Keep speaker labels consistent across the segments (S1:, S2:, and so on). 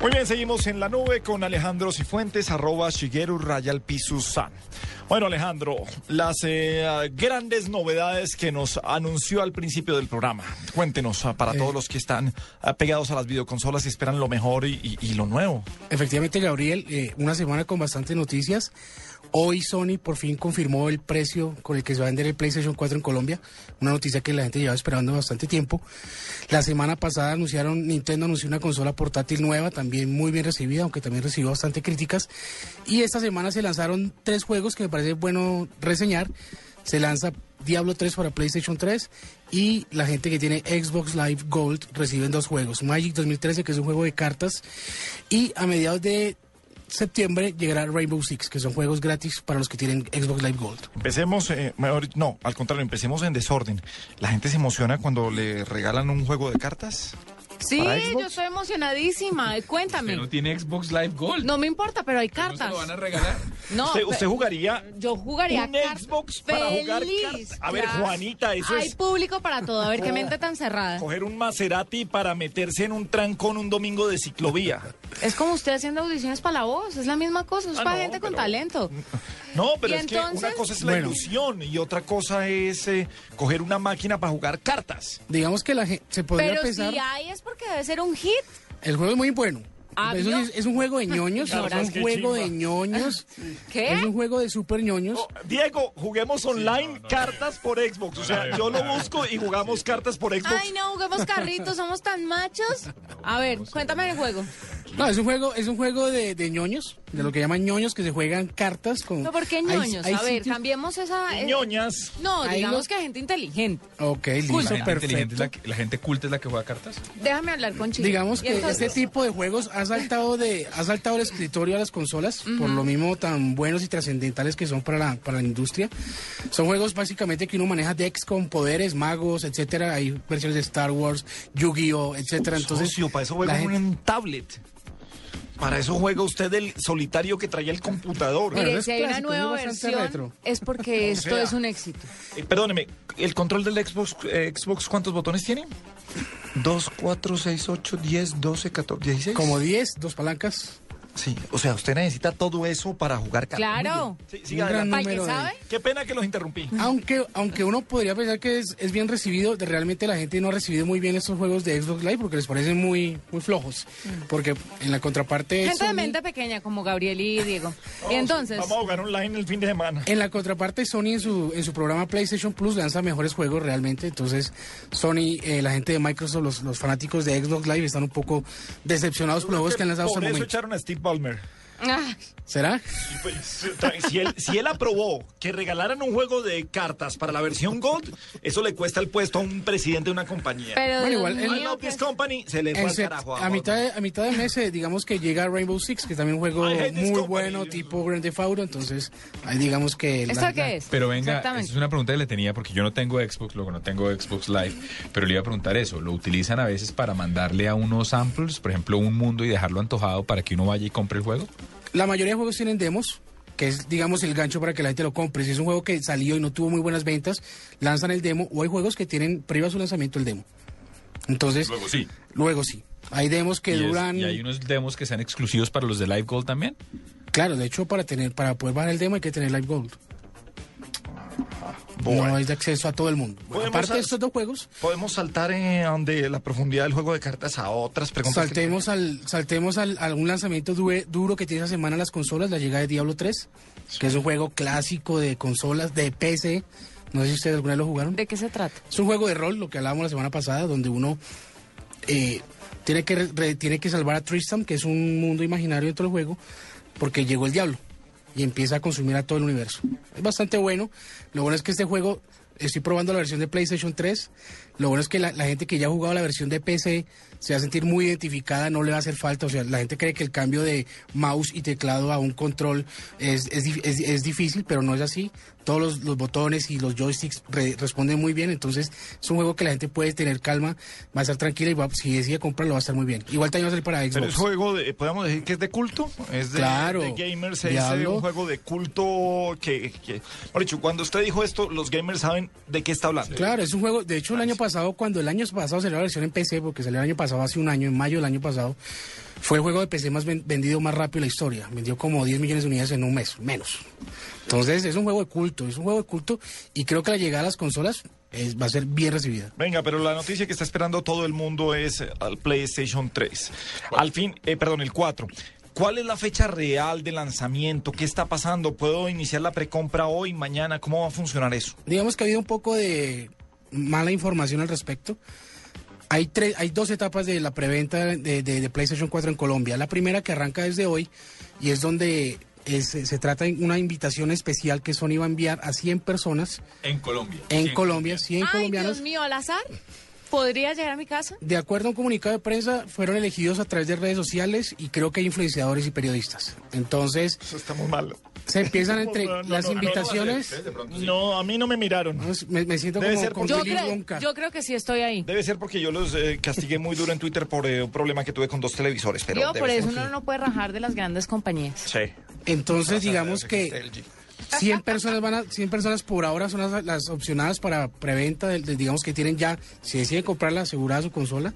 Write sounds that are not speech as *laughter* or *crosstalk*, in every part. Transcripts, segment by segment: S1: Muy bien, seguimos en la nube con Alejandro Cifuentes, arroba Shigeru Rayal Pisusan. Bueno, Alejandro, las eh, grandes novedades que nos anunció al principio del programa. Cuéntenos ah, para todos los que están ah, pegados a las videoconsolas y esperan lo mejor y, y- y lo nuevo.
S2: Efectivamente, Gabriel, eh, una semana con bastantes noticias. Hoy Sony por fin confirmó el precio con el que se va a vender el PlayStation 4 en Colombia, una noticia que la gente lleva esperando bastante tiempo. La semana pasada anunciaron, Nintendo anunció una consola portátil nueva, también muy bien recibida, aunque también recibió bastante críticas. Y esta semana se lanzaron tres juegos que me parece bueno reseñar. Se lanza Diablo 3 para PlayStation 3 y la gente que tiene Xbox Live Gold reciben dos juegos, Magic 2013 que es un juego de cartas y a mediados de septiembre llegará Rainbow Six que son juegos gratis para los que tienen Xbox Live Gold.
S1: Empecemos, eh, mejor- no, al contrario, empecemos en desorden. ¿La gente se emociona cuando le regalan un juego de cartas?
S3: Sí,
S1: ¿Para Xbox?
S3: yo estoy
S1: *laughs*
S3: emocionadísima. eh,
S4: Usted no
S3: Cuéntame.
S4: tiene Xbox Live Gold.
S3: No me importa, pero hay
S4: Pero No
S3: cartas.
S4: se lo van a regalar.
S3: No,
S1: ¿Usted,
S3: pe-
S1: usted jugaría
S3: yo jugaría
S1: un
S3: cartas.
S1: Xbox para jugar
S3: Feliz,
S1: cartas? A ver,
S3: claro.
S1: Juanita, eso
S3: Hay
S1: es- Oh,
S3: público para todo. A ver qué mente tan cerrada.
S1: coger un Maserati para meterse en un trancón un domingo de ciclovía?
S3: Es como usted haciendo audiciones para la voz. Es la misma cosa. Es
S1: Ah,
S3: para
S1: no,
S3: gente con
S1: pero-
S3: talento.
S1: No, pero
S3: ¿Y
S1: es que una
S3: entonces?
S1: cosa es la
S2: Bueno.
S1: ilusión y otra cosa es eh, coger una máquina para jugar cartas.
S2: Digamos que la gente se podría
S3: Pero
S2: pensar,
S3: si hay es porque debe ser un hit.
S2: el juego es muy bueno.
S3: Ah,
S2: Eso
S3: ¿vio?
S2: sí es, es un juego de ñoños,
S1: Claro,
S2: es
S1: es que
S2: un juego
S1: chimba.
S2: de
S3: *laughs*
S2: ñoños,
S3: ¿Qué?
S2: es un juego de super ñoños.
S1: Oh, Diego, juguemos online cartas por Xbox. O sea, yo lo busco y jugamos cartas por Xbox.
S3: Ay, no, juguemos carritos. Somos tan machos. A ver, cuéntame el juego.
S2: No, es un juego, es un juego de, de ñoños, de lo que llaman ñoños, que se juegan cartas con.
S3: No, ¿Por qué
S2: Hay-
S3: ñoños?
S2: hay
S3: A ver,
S2: sitios-
S3: cambiemos esa. eh,
S1: Ñoñas.
S3: No,
S2: Ahí
S3: digamos
S2: lo-
S3: que gente inteligente.
S2: Ok,
S4: La
S2: listo,
S4: gente inteligente
S2: perfecto.
S4: es la, que- la gente culta es la que juega cartas.
S3: Déjame hablar con Chile.
S2: Digamos
S3: Y
S2: que
S3: entonces-
S2: este tipo de juegos ha saltado de, ha saltado el escritorio a las consolas, por lo mismo tan buenos y trascendentales que son para la, para la industria. Son juegos básicamente que uno maneja decks con poderes, magos, etcétera. Hay versiones de Star Wars, Yu-Gi-Oh, etcétera. Entonces,
S1: Socio, para eso
S2: la
S1: juega
S2: gente-
S1: uno en tablet. Para eso juega usted el solitario que traía el computador.
S2: Bueno,
S3: Mire,
S2: no es
S3: si hay una
S2: clásico, es
S3: nueva
S2: bastante
S3: versión,
S2: retro. *laughs*
S3: es porque esto
S1: sea-
S3: es un éxito.
S1: Eh, perdóneme, ¿el control del Xbox, eh, Xbox cuántos botones tiene? 2, 4, 6, 8, 10, 12, 14, 16.
S2: como 10, dos palancas.
S1: Sí, o sea, usted necesita todo eso para jugar cartas.
S3: Claro.
S1: Sí,
S2: un
S1: siga adelante.
S2: gran
S3: ¿Para el que
S2: número de-
S3: sabe?
S1: Qué pena que los interrumpí.
S2: Aunque, aunque uno podría pensar que es, es bien recibido, de- realmente la gente no ha recibido muy bien estos juegos de Xbox Live porque les parecen muy, muy flojos. Porque en la contraparte
S3: Gente de
S2: Sony-
S3: mente pequeña como Gabriel y Diego. Y entonces,
S1: Vamos a jugar online el fin de semana.
S2: En la contraparte, Sony en su, en su programa PlayStation Plus lanza mejores juegos realmente. Entonces, Sony, eh, la gente de Microsoft, los, los fanáticos de Xbox Live están un poco decepcionados por los juegos que han lanzado hasta
S1: Por
S2: el
S1: eso
S2: momento.
S1: echaron a Steve Ballmer. pues,
S3: ah,
S2: ¿Será?
S1: Si él, si él aprobó que regalaran un juego de cartas para la versión Gold, eso le cuesta el puesto a un presidente de una compañía.
S3: pero
S2: Bueno,
S3: Dios
S2: igual, el-
S3: mío,
S1: I love
S3: que-
S1: this company, se le fue
S2: En
S1: al
S2: sep-
S1: carajo.
S2: a, mitad de, a mitad de mes, eh, digamos que llega Rainbow Six, que es también un juego
S1: I hate this
S2: muy
S1: company.
S2: bueno, tipo Grand Theft Auto. Entonces, ahí digamos que. la-
S3: ¿Esto
S2: la-
S3: qué es?
S4: Pero venga, esa
S3: Exactamente.
S4: es una pregunta que le tenía porque yo no tengo Xbox, luego no tengo Xbox Live, pero le iba a preguntar eso. ¿Lo utilizan a veces para mandarle a unos samples, por ejemplo, un mundo y dejarlo antojado para que uno vaya y compre el juego?
S2: La mayoría de juegos tienen demos, que es, digamos, el gancho para que la gente lo compre. Si es un juego que salió y no tuvo muy buenas ventas, lanzan el demo. O hay juegos que tienen, previo a su lanzamiento, el demo. Entonces, luego,
S4: Pues sí.
S2: sí. Hay demos que
S4: y, es-
S2: duran.
S4: y hay unos demos que sean exclusivos para los de Live Gold también.
S2: Claro, de hecho, para tener para poder bajar el demo hay que tener Live Gold. No es de acceso a todo el mundo. Bueno,
S1: Podemos
S2: aparte de
S1: sal-
S2: estos dos juegos,
S1: Podemos saltar eh, de la profundidad del juego de cartas a otras preguntas. que-
S2: saltemos al saltemos al, a un lanzamiento due- duro que tiene esa semana las consolas, la llegada de Diablo 3, que es un juego clásico de consolas, de PC. No sé si ustedes alguna vez lo jugaron.
S3: ¿De qué se trata?
S2: Es un juego de rol, lo que hablábamos la semana pasada, donde uno eh, tiene, que re- re- tiene que salvar a Tristan, que es un mundo imaginario dentro del juego, porque llegó el diablo y empieza a consumir a todo el universo. Es bastante bueno. Lo bueno es que este juego, estoy probando la versión de PlayStation 3. Lo bueno es que la, la gente que ya ha jugado la versión de PC se va a sentir muy identificada, no le va a hacer falta. O sea, la gente cree que el cambio de mouse y teclado a un control es, es dif- es- es difícil, pero no es así. Todos los, los botones y los joysticks re- responden muy bien. Entonces, es un juego que la gente puede tener calma, va a estar tranquila y va- si decide comprarlo, va a estar muy bien. Igual también va a salir para Xbox.
S1: Pero es juego, de, podemos decir que es de culto, es de,
S2: Claro,
S1: de gamers, es
S2: Diablo.
S1: eh, un juego de culto que, que... Mejor dicho, cuando usted dijo esto, los gamers saben de qué está hablando.
S2: Claro, es un juego. De hecho, el año pasado, cuando el año pasado salió la versión en PC, porque salió el año pasado, hace un año, en mayo del año pasado, fue el juego de PC más ven- vendido más rápido de la historia. Vendió como 10 millones de unidades en un mes, menos. Entonces es un juego de culto, es un juego de culto y creo que la llegada a las consolas es- va a ser bien recibida.
S1: Venga, pero la noticia que está esperando todo el mundo es eh, al PlayStation 3. Al fin, eh, perdón, el 4. ¿Cuál es la fecha real de lanzamiento? ¿Qué está pasando? ¿Puedo iniciar la precompra hoy, mañana? ¿Cómo va a funcionar eso?
S2: Digamos que ha habido un poco de mala información al respecto. Hay, tres, hay dos etapas de la preventa de, de- de PlayStation 4 en Colombia. La primera que arranca desde hoy y es donde eh, se, se trata de una invitación especial que Sony va a enviar a 100 personas
S4: En Colombia.
S2: en
S4: Sí,
S2: Colombia, 100
S3: Ay, Dios
S2: colombianos.
S3: mío, al azar. ¿Podría llegar a mi casa?
S2: De acuerdo a un comunicado de prensa, fueron elegidos a través de redes sociales y creo que hay influenciadores y periodistas. Entonces,
S1: Eso está muy mal.
S2: se empiezan entre
S1: *laughs* No, no,
S2: las
S1: no, no, no,
S2: invitaciones.
S1: No, a mí no me miraron.
S2: Vamos, me, me siento
S1: Debe
S2: como
S1: ser
S2: con
S1: porque-
S3: Yo,
S2: Willy
S3: cre-
S2: Wonka.
S3: yo creo que sí estoy ahí.
S1: Debe ser porque yo los eh, castigué muy duro en Twitter por eh, un problema que tuve con dos televisores. Pero
S3: Yo,
S1: debe
S3: por
S1: ser.
S3: eso uno no puede rajar de las grandes compañías.
S1: Sí.
S2: Entonces, digamos
S1: Gracias,
S2: que
S1: LG.
S2: 100 personas van a, 100 personas por ahora son las, las opcionadas para preventa, del- del- digamos que tienen ya, si deciden comprarla, asegurada su consola.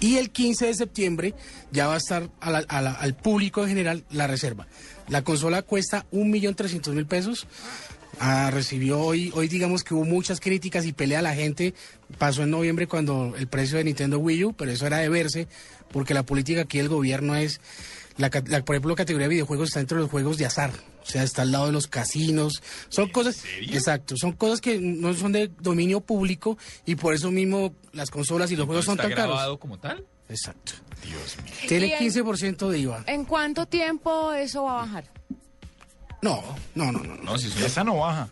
S2: Y el 15 de septiembre ya va a estar a la- a la- al público en general la reserva. La consola cuesta 1.300.000 pesos. Ah, recibió hoy, hoy digamos que hubo muchas críticas y pelea la gente. Pasó en noviembre cuando el precio de Nintendo Wii U, pero eso era de verse, porque la política aquí del gobierno es, la, ca- la- por ejemplo, la categoría de videojuegos está entre los juegos de azar. O sea, está al lado de los casinos. Son cosas. Exacto, son cosas que no son de dominio público y por eso mismo las consolas y los juegos son
S4: ¿Está
S2: tan caros.
S4: grabado como tal?
S2: Exacto.
S4: Dios mío.
S3: Y
S2: Tiene
S3: en-
S2: 15% de IVA.
S3: ¿En cuánto tiempo eso va a bajar?
S2: No, no, no, no. no.
S4: No, si es una-
S1: Esa no baja.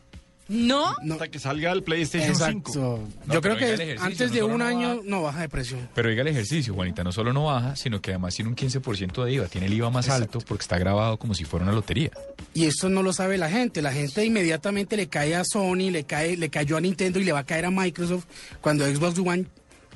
S3: ¿No?
S2: No.
S1: Hasta que salga el PlayStation
S2: Exacto.
S1: 5.
S4: No,
S2: Yo creo
S4: pero venga el
S2: que
S4: ejercicio,
S2: antes
S4: no
S2: de
S4: solo
S2: un
S4: no
S2: año
S4: baja.
S2: no baja de precio.
S4: Pero oiga el ejercicio, Juanita, no solo no baja, sino que además tiene un 15% de IVA, tiene el IVA más alto porque está grabado como si fuera una lotería.
S2: Y esto no lo sabe la gente. La gente inmediatamente le cae a Sony, le cae, le cayó a Nintendo y le va a caer a Microsoft cuando Xbox One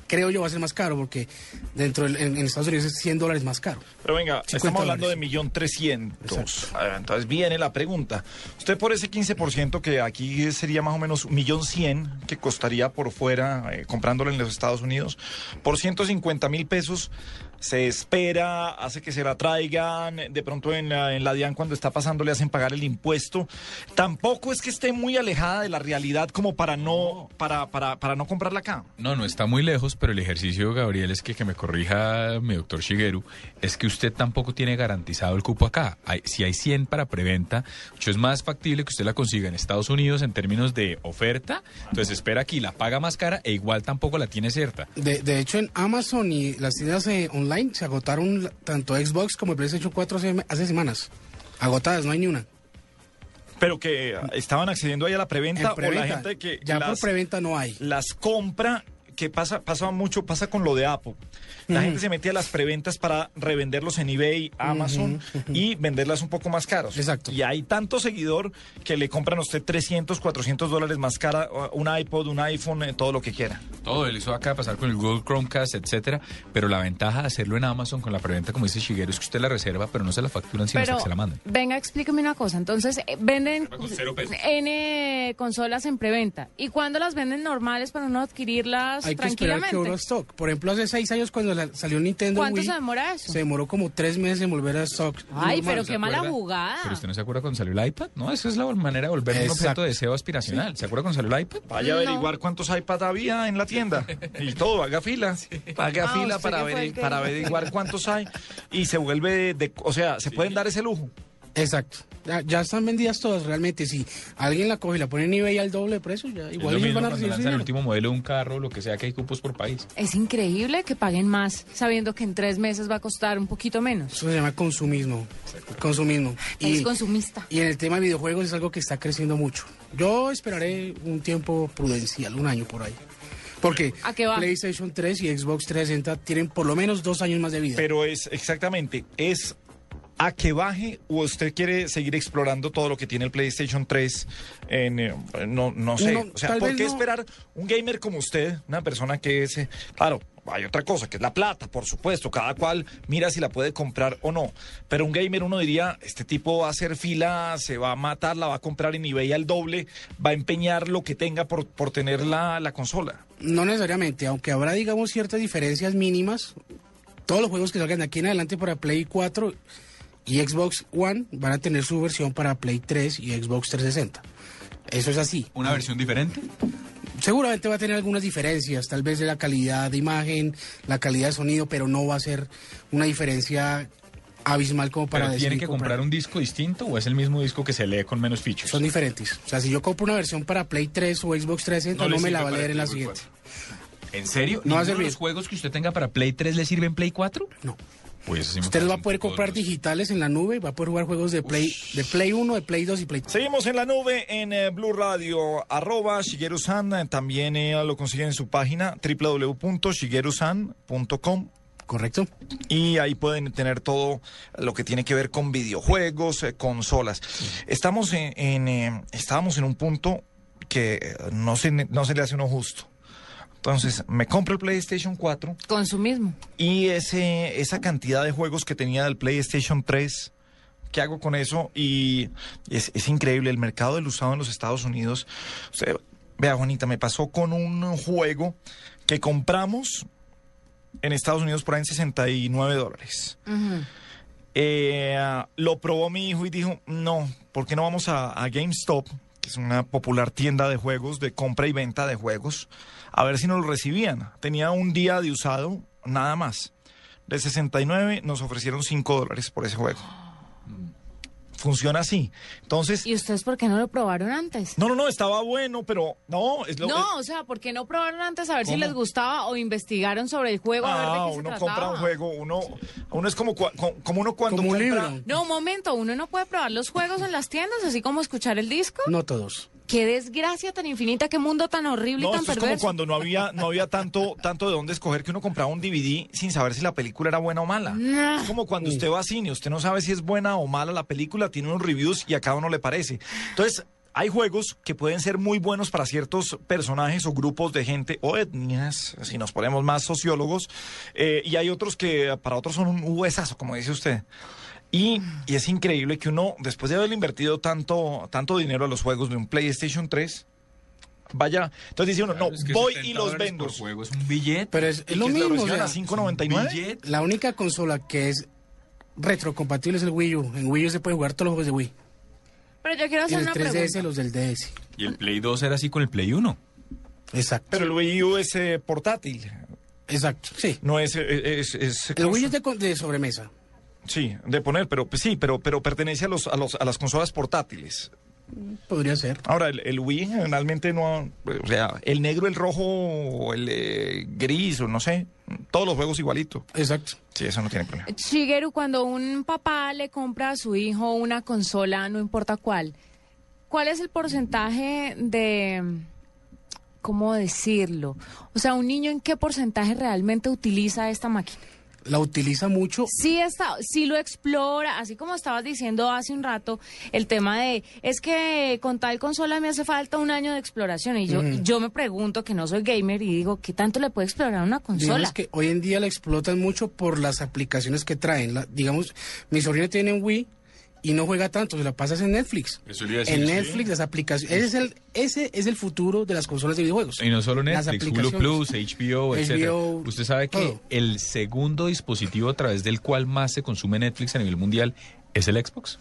S2: creo yo va a ser más caro porque dentro del- en, en Estados Unidos es 100 dólares más caro.
S1: Pero venga,
S2: 50
S1: estamos hablando de
S2: dólares.
S1: millón trescientos. Ah, Entonces viene la pregunta. Usted por ese 15% que aquí sería más o menos millón cien que costaría por fuera eh, comprándolo en los Estados Unidos, por 150 mil pesos se espera, hace que se la traigan, de pronto en la, en la DIAN cuando está pasando le hacen pagar el impuesto. Tampoco es que esté muy alejada de la realidad como para no, para, para, para no comprarla acá.
S4: No, no está muy lejos, pero el ejercicio, Gabriel, es que, que me corrija mi doctor Shigeru, es que usted tampoco tiene garantizado el cupo acá. Hay- si hay 100 para preventa, mucho es más factible que usted la consiga en Estados Unidos en términos de oferta, entonces espera aquí, la paga más cara e igual tampoco la tiene cierta.
S2: De, de hecho, en Amazon y las tiendas eh, online se agotaron la- tanto Xbox como el PlayStation 4 hace, hace semanas. Agotadas, no hay ni una.
S1: Pero que estaban accediendo ahí a la preventa,
S2: En preventa,
S1: o la gente que
S2: ya por
S1: las-
S2: preventa no hay.
S3: Pues
S1: las compra que pasa pasa mucho pasa con lo de Apple. La gente se mete a las preventas para revenderlos en eBay, Amazon y venderlas un poco más caros.
S2: Exacto.
S1: Y hay tanto seguidor que le compran a usted 300, 400 dólares más cara uh, un iPod, un iPhone, eh, todo lo que quiera.
S4: Todo eso acá pasar con el Google Chromecast, etcétera, pero la ventaja de hacerlo en Amazon con la preventa, como dice Shigeru, es que usted la reserva, pero no se la facturan sino hasta
S3: Pero,
S4: que se la mandan.
S3: venga, explíqueme una cosa. Entonces, eh, venden
S4: Con cero pesos.
S3: N consolas en preventa. ¿Y cuándo las venden normales para uno adquirirlas
S2: Hay que esperar que
S3: tranquilamente?
S2: vuelva a stock. Por ejemplo, hace seis años cuando la- salió Nintendo
S3: ¿Cuánto
S2: Wii,
S3: se demora eso?
S2: se demoró como tres meses en volver a stock.
S3: Ay,
S2: normal.
S3: pero qué mala
S4: acuerda?
S3: jugada.
S4: Pero usted no se acuerda cuando salió el iPad, ¿no? Esa es la manera de volver un objeto
S2: Exacto.
S4: de deseo aspiracional. ¿Se acuerda cuando salió el iPad?
S1: Vaya a
S3: No.
S1: averiguar cuántos iPad había en la tienda y todo, haga fila, haga
S3: Ah,
S1: fila
S3: usted
S1: para,
S3: que fue
S1: averi-
S3: el que-
S1: para averiguar cuántos hay y se vuelve, de, o sea, se pueden dar ese lujo.
S2: Exacto. Ya, ya están vendidas todas realmente. Si alguien la coge y la pone en eBay al doble de precio, ya
S4: Es
S2: igual
S4: lo
S2: ellos
S4: mismo
S2: van a
S4: cuando
S2: recibir su
S4: lanzan el
S2: dinero.
S4: último modelo de un carro, lo que sea, que hay cupos por país.
S3: Es increíble que paguen más, sabiendo que en tres meses va a costar un poquito menos.
S2: Eso se llama consumismo. Consumismo.
S3: Es consumista.
S2: Y en el tema de videojuegos es algo que está creciendo mucho. Yo esperaré un tiempo prudencial, un año por ahí. Porque
S3: ¿A qué va?
S2: PlayStation 3 y Xbox 360 tienen por lo menos dos años más de vida.
S1: Pero es exactamente, es a que baje o usted quiere seguir explorando todo lo que tiene el PlayStation 3 en, eh, no, no sé,
S2: No,
S1: o sea,
S2: tal
S1: ¿por
S2: vez
S1: qué
S2: no.
S1: esperar un gamer como usted, una persona que es, eh, claro, hay otra cosa, que es la plata, por supuesto. Cada cual mira si la puede comprar o no. Pero un gamer uno diría, este tipo va a hacer fila, se va a matar, la va a comprar en eBay al doble, va a empeñar lo que tenga por, por tener la, la consola.
S2: No necesariamente, aunque habrá, digamos, ciertas diferencias mínimas, todos los juegos que salgan de aquí en adelante para Play 4 y Xbox One van a tener su versión para Play 3 y Xbox 360. Eso es así.
S4: ¿Una versión diferente?
S2: Seguramente va a tener algunas diferencias, tal vez de la calidad de imagen, la calidad de sonido, pero no va a ser una diferencia abismal como para
S4: ¿Pero
S2: decir
S4: tienen que comprar un disco distinto o es el mismo disco que se lee con menos features?
S2: Son diferentes. O sea, si yo compro una versión para Play 3 o Xbox 360,
S4: No
S2: no,
S4: le
S2: me la
S4: sirve
S2: va a
S4: para
S2: leer en la
S4: Play
S2: siguiente.
S4: 4. ¿En serio?
S2: No va a
S4: ¿Ninguno de
S2: servir.
S4: los juegos que usted tenga para Play 3 le sirven Play 4?
S2: No.
S4: Pues sí me
S2: Usted los va a
S4: parece
S2: poder
S4: un poco
S2: comprar
S4: doloroso.
S2: digitales en la nube, va a poder jugar juegos de Play, de Play 1, de Play 2 y Play 3.
S1: Seguimos en la nube en eh, Blue Radio, arroba Shigeru-san. eh, También eh, lo consiguen en su página www.shigerusan.com.
S2: ¿Correcto?
S1: Y ahí pueden tener todo lo que tiene que ver con videojuegos, eh, consolas. Estamos en, en, eh, estábamos en un punto que eh, no se, ne- no se le hace uno justo. Entonces, me compro el PlayStation 4
S3: Consumismo.
S1: y ese, esa cantidad de juegos que tenía del PlayStation 3, ¿qué hago con eso? Y es, es increíble, el mercado del usado en los Estados Unidos. Usted- vea, Juanita, me pasó con un juego que compramos en Estados Unidos por ahí en 69 dólares.
S3: Ujú.
S1: Eh, lo probó mi hijo y dijo, no, ¿por qué no vamos a, a GameStop? que es una popular tienda de juegos, de compra y venta de juegos, a ver si nos lo recibían. Tenía un día de usado, nada más. De 69 nos ofrecieron 5 dólares por ese juego. Funciona así. Entonces,
S3: ¿Y ustedes por qué no lo probaron antes?
S1: no, no, no, estaba bueno, pero no, es lo
S3: No, o sea, ¿por qué no probaron antes a ver si
S1: ¿Cómo?
S3: les gustaba o investigaron sobre el juego a ver
S1: Ah,
S3: de qué se
S1: uno
S3: trataba?
S1: compra un juego, uno, uno es como, cua- co- como uno cuando
S2: Como un
S1: compra-
S2: libro.
S3: No, un momento, uno no puede probar los juegos en las tiendas, así como escuchar el disco.
S2: No todos.
S3: Qué desgracia tan infinita, qué mundo tan horrible
S1: No,
S3: y tan
S1: esto es como
S3: perverso.
S1: cuando no había, no había tanto, tanto de dónde escoger que uno compraba un DVD sin saber si la película era buena o mala.
S3: Nah.
S1: Es como cuando usted va a cine, usted no sabe si es buena o mala la película, tiene unos reviews y a cada uno le parece. Entonces, hay juegos que pueden ser muy buenos para ciertos personajes o grupos de gente o etnias, si nos ponemos más sociólogos, eh, y hay otros que para otros son un huesazo, como dice usted. Y, y es increíble que uno, después de haber invertido tanto, tanto dinero a los juegos de un PlayStation 3, vaya. Entonces dice uno, no,
S4: Claro, es que
S1: voy
S4: 70
S1: y los
S4: dólares
S1: vendo.
S4: Por juego es un billete.
S2: Pero es,
S1: ¿Y
S2: es lo
S1: qué es la
S2: mismo. o
S1: versión
S2: sea,
S1: a 5.99?
S4: Billete.
S2: la única consola que es retrocompatible es el Wii U. En Wii U se puede jugar todos los juegos de Wii.
S3: Pero yo quiero
S2: Y
S3: hacer
S2: en el
S3: una
S2: 3DS,
S3: pregunta.
S2: los del DS.
S4: Y el Play 2 era así con el Play 1.
S2: Exacto.
S1: Pero el Wii U es eh, portátil,
S2: Exacto. Sí.
S1: no es... eh, es, es-
S2: El Wii U es de, con- de sobremesa.
S1: Sí, de poner, pero pues, sí, pero, pero pertenece a, los, a, los, a las consolas portátiles.
S2: Podría ser.
S1: Ahora, el, el Wii generalmente no... O sea, el negro, el rojo, el eh, gris o no sé, todos los juegos igualito.
S2: Exacto.
S1: Sí, eso no tiene problema.
S3: Shigeru, cuando un papá le compra a su hijo una consola, no importa cuál, ¿cuál es el porcentaje de... ¿Cómo decirlo? O sea, ¿un niño en qué porcentaje realmente utiliza esta máquina?
S2: La utiliza mucho.
S3: Sí, está, sí lo explora, así como estabas diciendo hace un rato, el tema de, es que con tal consola me hace falta un año de exploración. Y yo, yo me pregunto, que no soy gamer, y digo, ¿qué tanto le puede explorar una consola?
S2: Digamos que hoy en día la explotan mucho por las aplicaciones que traen. La- digamos, mi sobrina tiene un Wii y no juega tanto, se la pasas en Netflix.
S4: Eso le iba a decir,
S2: en
S4: sí.
S2: Netflix, las aplicaciones. Ese es, el, ese es el futuro de las consolas de videojuegos.
S4: Y no solo
S2: Las
S4: Netflix, Hulu Plus,
S2: aplicaciones.
S4: HBO,
S2: HBO,
S4: etcétera. Usted sabe que
S2: todo.
S4: el segundo dispositivo a través del cual más se consume Netflix a nivel mundial es el Xbox.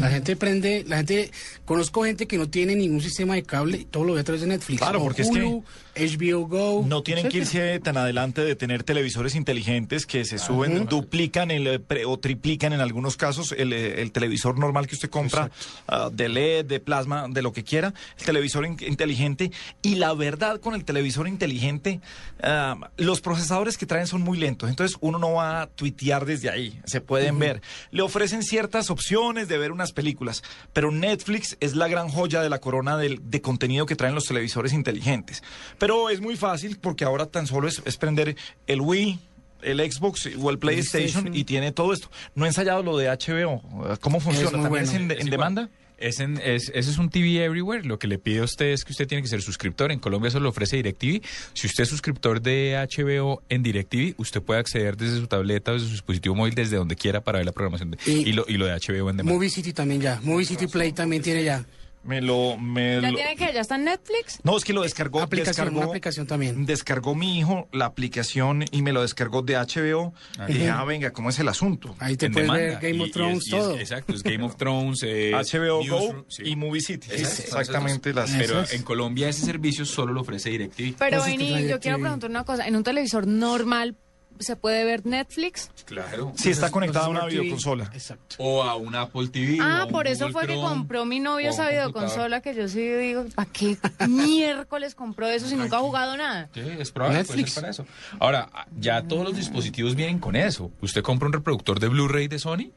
S2: La gente prende, la gente, conozco gente que no tiene ningún sistema de cable, todo lo ve a través de Netflix.
S1: Claro,
S2: O
S1: porque es
S2: Hulu, HBO Go.
S1: No tienen que
S2: etcétera.
S1: irse tan adelante de tener televisores inteligentes que se suben, duplican el, eh, pre- o triplican en algunos casos el, eh, el televisor normal que usted compra ah, de LED, de plasma, de lo que quiera, el televisor in- inteligente. Y la verdad con el televisor inteligente, ah, los procesadores que traen son muy lentos, entonces uno no va a tuitear desde ahí, se pueden ver. Le ofrecen ciertas opciones de ver unas películas, pero Netflix es la gran joya de la corona del- de contenido que traen los televisores inteligentes. Pero es muy fácil porque ahora tan solo es, es prender el Wii, el Xbox o el PlayStation,
S2: PlayStation.
S1: y tiene todo esto. No he ensayado lo de HBO, ¿cómo funciona?
S2: muy
S1: ¿También
S2: bueno.
S1: es en, en
S4: Es igual.
S1: demanda?
S4: Es en- es- ese es un TV Everywhere. Lo que le pide a usted es que usted tiene que ser suscriptor. En Colombia eso lo ofrece DirecTV. Si usted es suscriptor de HBO en DirecTV, usted puede acceder desde su tableta o desde su dispositivo móvil, desde donde quiera para ver la programación. de-
S2: Y-
S4: y, lo, y lo de HBO en demanda.
S2: Movie City también ya. Movie City Play también tiene ya.
S1: Me lo. Me
S3: ¿Ya
S1: lo-
S3: tiene que? ¿Ya está en Netflix?
S1: No, es que lo descargó.
S2: Aplicación,
S1: descargó,
S2: una aplicación también.
S1: Descargó mi hijo la aplicación y me lo descargó de HBO. Y dije, ah, venga, ¿cómo es el asunto?
S2: Ahí te
S4: en
S2: puedes
S4: demanda.
S2: ver Game
S4: Y-
S2: of
S4: y
S2: Thrones,
S4: es- y es-
S2: todo.
S4: exacto, es Game of
S1: *laughs*
S4: Thrones, es
S1: HBO Go
S4: Newsroom, sí.
S1: y Movie City.
S4: Esas-
S1: Exactamente las.
S4: esas- Pero
S2: Esas.
S4: en Colombia ese servicio solo lo ofrece DirecTV.
S3: Pero,
S2: Cosas que
S3: Vini,
S2: trae
S3: yo quiero
S2: aquí.
S3: preguntar una cosa. ¿En un televisor normal se puede ver Netflix?
S4: Claro.
S1: Si está
S2: Entonces,
S1: conectada a una
S2: Smart TV.
S1: videoconsola.
S2: Exacto.
S4: O a un Apple TV. o a
S3: Ah,
S4: un
S3: por eso
S4: Google
S3: fue que
S4: Chrome,
S3: compró mi novio
S4: o a un
S3: esa
S4: computador.
S3: videoconsola que yo sí digo, ¿para qué *laughs* miércoles compró eso si nunca ha jugado nada?
S4: Sí, es probable puede
S2: Netflix.
S4: ser para eso. Ahora, a- ya todos los dispositivos vienen con eso. Usted compra un reproductor de Blu-ray de Sony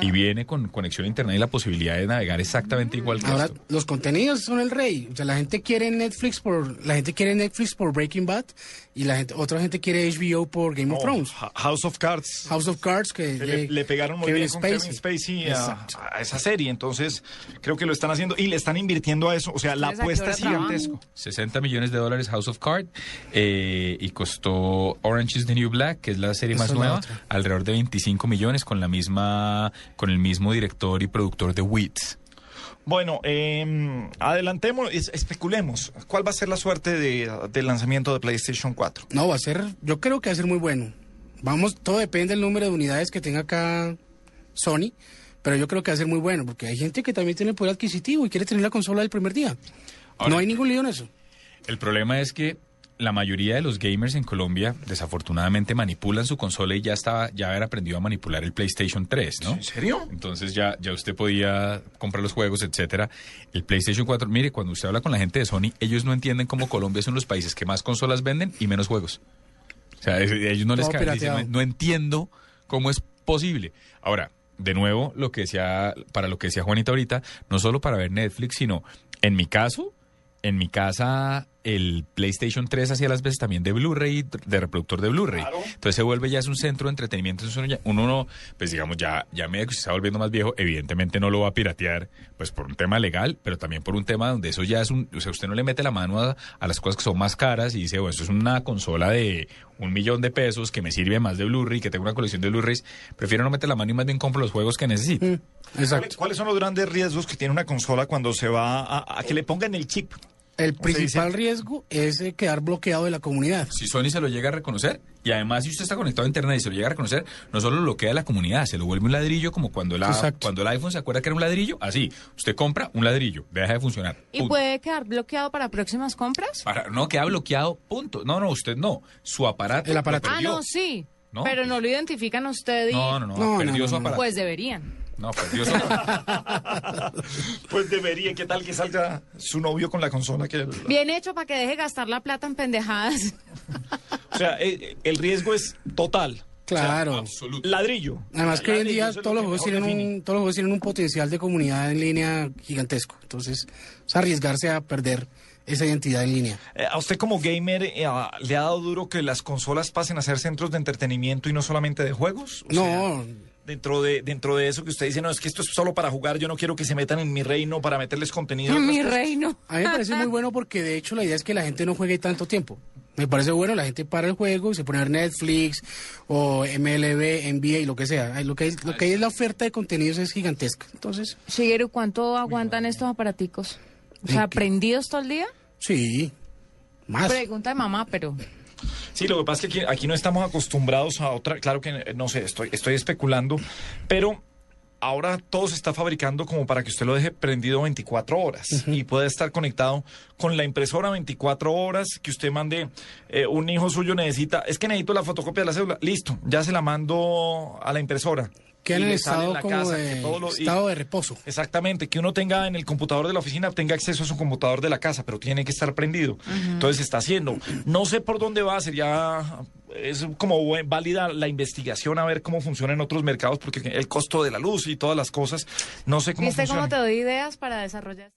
S4: y viene con conexión a internet y la posibilidad de navegar exactamente igual que
S2: Ahora
S4: esto.
S2: los contenidos son el rey. O sea, la gente quiere Netflix por la gente quiere Netflix por Breaking Bad y la gente otra gente quiere HBO por Game of
S1: No,
S2: Thrones.
S1: Ha- Oh, House of Cards.
S2: House of Cards que
S1: que le,
S2: eh,
S1: le pegaron muy
S2: Kevin
S1: bien con Kevin Spacey a,
S2: Exacto.
S1: a esa serie. Entonces, creo que lo están haciendo y le están invirtiendo a eso. O sea, la
S3: Entonces, ¿a qué
S1: apuesta
S3: hora
S1: es
S3: trabajan?
S1: gigantesco.
S4: 60 millones de dólares House of Cards eh, y costó Orange is the New Black, que es la serie
S2: Esa
S4: más
S2: es la
S4: nueva,
S2: otra.
S4: alrededor de 25 millones con la misma con el mismo director y productor de Wits.
S1: Bueno, eh, adelantemos, es- especulemos. ¿Cuál va a ser la suerte de- del lanzamiento de PlayStation 4?
S2: No, va a ser, yo creo que va a ser muy bueno. Vamos, todo depende del número de unidades que tenga acá Sony, pero yo creo que va a ser muy bueno, porque hay gente que también tiene poder adquisitivo y quiere tener la consola del primer día.
S4: Ahora-
S2: no hay ningún lío en eso.
S4: El problema es que la mayoría de los gamers en Colombia desafortunadamente manipulan su consola y ya estaba ya haber aprendido a manipular el PlayStation 3, ¿no?
S1: serio?
S4: Entonces ya, ya usted podía comprar los juegos, etcétera. El PlayStation 4, mire, cuando usted habla con la gente de Sony, ellos no entienden cómo Colombia es uno de los países que más consolas venden y menos juegos. O sea, es- ellos no les
S2: Todo
S4: cabe, dicen,
S2: pirateado.
S4: no, no entiendo cómo es posible. Ahora, de nuevo, lo que decía, para lo que decía Juanita ahorita, no solo para ver Netflix, sino en mi caso, en mi casa el PlayStation 3 hacía las veces también de Blu-ray, de reproductor de Blu-ray.
S1: Claro.
S4: Entonces se vuelve ya es un centro de entretenimiento. entonces uno, ya- uno no, pues digamos, ya, ya a medida que se está volviendo más viejo, evidentemente no lo va a piratear, pues por un tema legal, pero también por un tema donde eso ya es un, o sea, usted no le mete la mano a, a las cosas que son más caras y dice, bueno, esto es una consola de un millón de pesos que me sirve más de Blu-ray, que tengo una colección de Blu-rays, prefiero no meter la mano y más bien compro los juegos que necesito.
S2: Mm.
S1: ¿Cuáles,
S2: Exacto.
S1: cuáles son los grandes riesgos que tiene una consola cuando se va a, a que le pongan el
S2: *laughs*
S1: chip?
S2: El
S1: ¿Cómo se
S2: principal riesgo es eh, quedar bloqueado de la comunidad.
S4: Si Sony se lo llega a reconocer, y además si usted está conectado a internet y se lo llega a reconocer, no solo lo queda la comunidad, se lo vuelve un ladrillo como cuando, el a-
S2: Exacto.
S4: cuando el iPhone se acuerda que era un ladrillo, así, usted compra un ladrillo, deja de funcionar.
S3: ¿Y pues-
S4: punto.
S3: puede quedar bloqueado para próximas compras?
S4: Para- no, queda bloqueado, punto. No, no, usted no. Su aparato.
S2: El aparato.
S4: lo
S3: Ah,
S4: perdió.
S3: no, sí.
S4: No,
S3: pero
S4: pues-
S3: no lo identifican a usted y...
S4: No, no, no,
S2: No,
S4: perdió
S2: no, no,
S4: su
S2: no.
S4: aparato.
S3: Pues deberían.
S4: no, perdió su
S2: *laughs*
S4: aparato.
S1: Pues debería, ¿qué tal que salga su novio con la consola? Que, o
S3: Bien hecho para que deje gastar la plata
S2: *laughs*
S3: en pendejadas.
S1: sea, eh, el riesgo es total.
S2: Claro.
S4: Absoluto.
S1: Ladrillo.
S2: Además que hoy en
S1: Ladrillo,
S2: día
S1: eso es
S2: todos
S1: lo
S2: los,
S1: que
S2: juegos
S1: mejor
S2: tienen
S1: define.
S2: un, todos los juegos tienen un potencial de comunidad en línea gigantesco. Entonces, es arriesgarse a perder esa identidad en línea.
S1: Eh, A usted como gamer, eh, ah, ¿le ha dado duro que las consolas pasen a ser centros de entretenimiento y no solamente de juegos? O sea,
S2: No,
S1: dentro, de, dentro de eso que usted dice, no, es que esto es solo para jugar, yo no quiero que se metan en mi reino para meterles contenido.
S3: En
S1: Pues,
S3: mi
S1: pues,
S3: reino.
S2: a mí me parece muy bueno porque de hecho la idea es que la gente no juegue tanto tiempo. Me parece bueno, la gente para el juego y se pone a ver Netflix o MLB, NBA y lo que sea. Ay, Lo que, hay- lo que hay es la oferta de contenidos es gigantesca. Entonces,
S3: *laughs* Shigeru, ¿cuánto aguantan estos aparaticos? O sea,
S2: ¿En qué?
S3: ¿prendidos todo el día?
S2: sí, más.
S3: Pregunta de mamá, pero...
S1: Sí, lo que pasa es que aquí, aquí no estamos acostumbrados a otra. Claro que eh, no sé, estoy, estoy especulando, pero ahora todo se está fabricando como para que usted lo deje prendido 24 horas y pueda estar conectado con la impresora 24 horas que usted mande. eh, un hijo suyo necesita, es que necesito la fotocopia de la cédula. Listo, ya se la mando a la impresora.
S2: Queda
S1: Y
S2: en el
S1: le sale
S2: estado
S1: la
S2: como
S1: casa, que
S2: de,
S1: todo lo- y-
S2: estado de reposo.
S1: Exactamente, que uno tenga en el computador de la oficina, tenga acceso a su computador de la casa, pero tiene que estar prendido. Entonces se está haciendo. No sé por dónde va, sería es como bu- válida la investigación a ver cómo funciona en otros mercados, porque el costo de la luz y todas las cosas, no sé cómo
S3: ¿Viste
S1: funciona.
S3: cómo te doy ideas para desarrollar?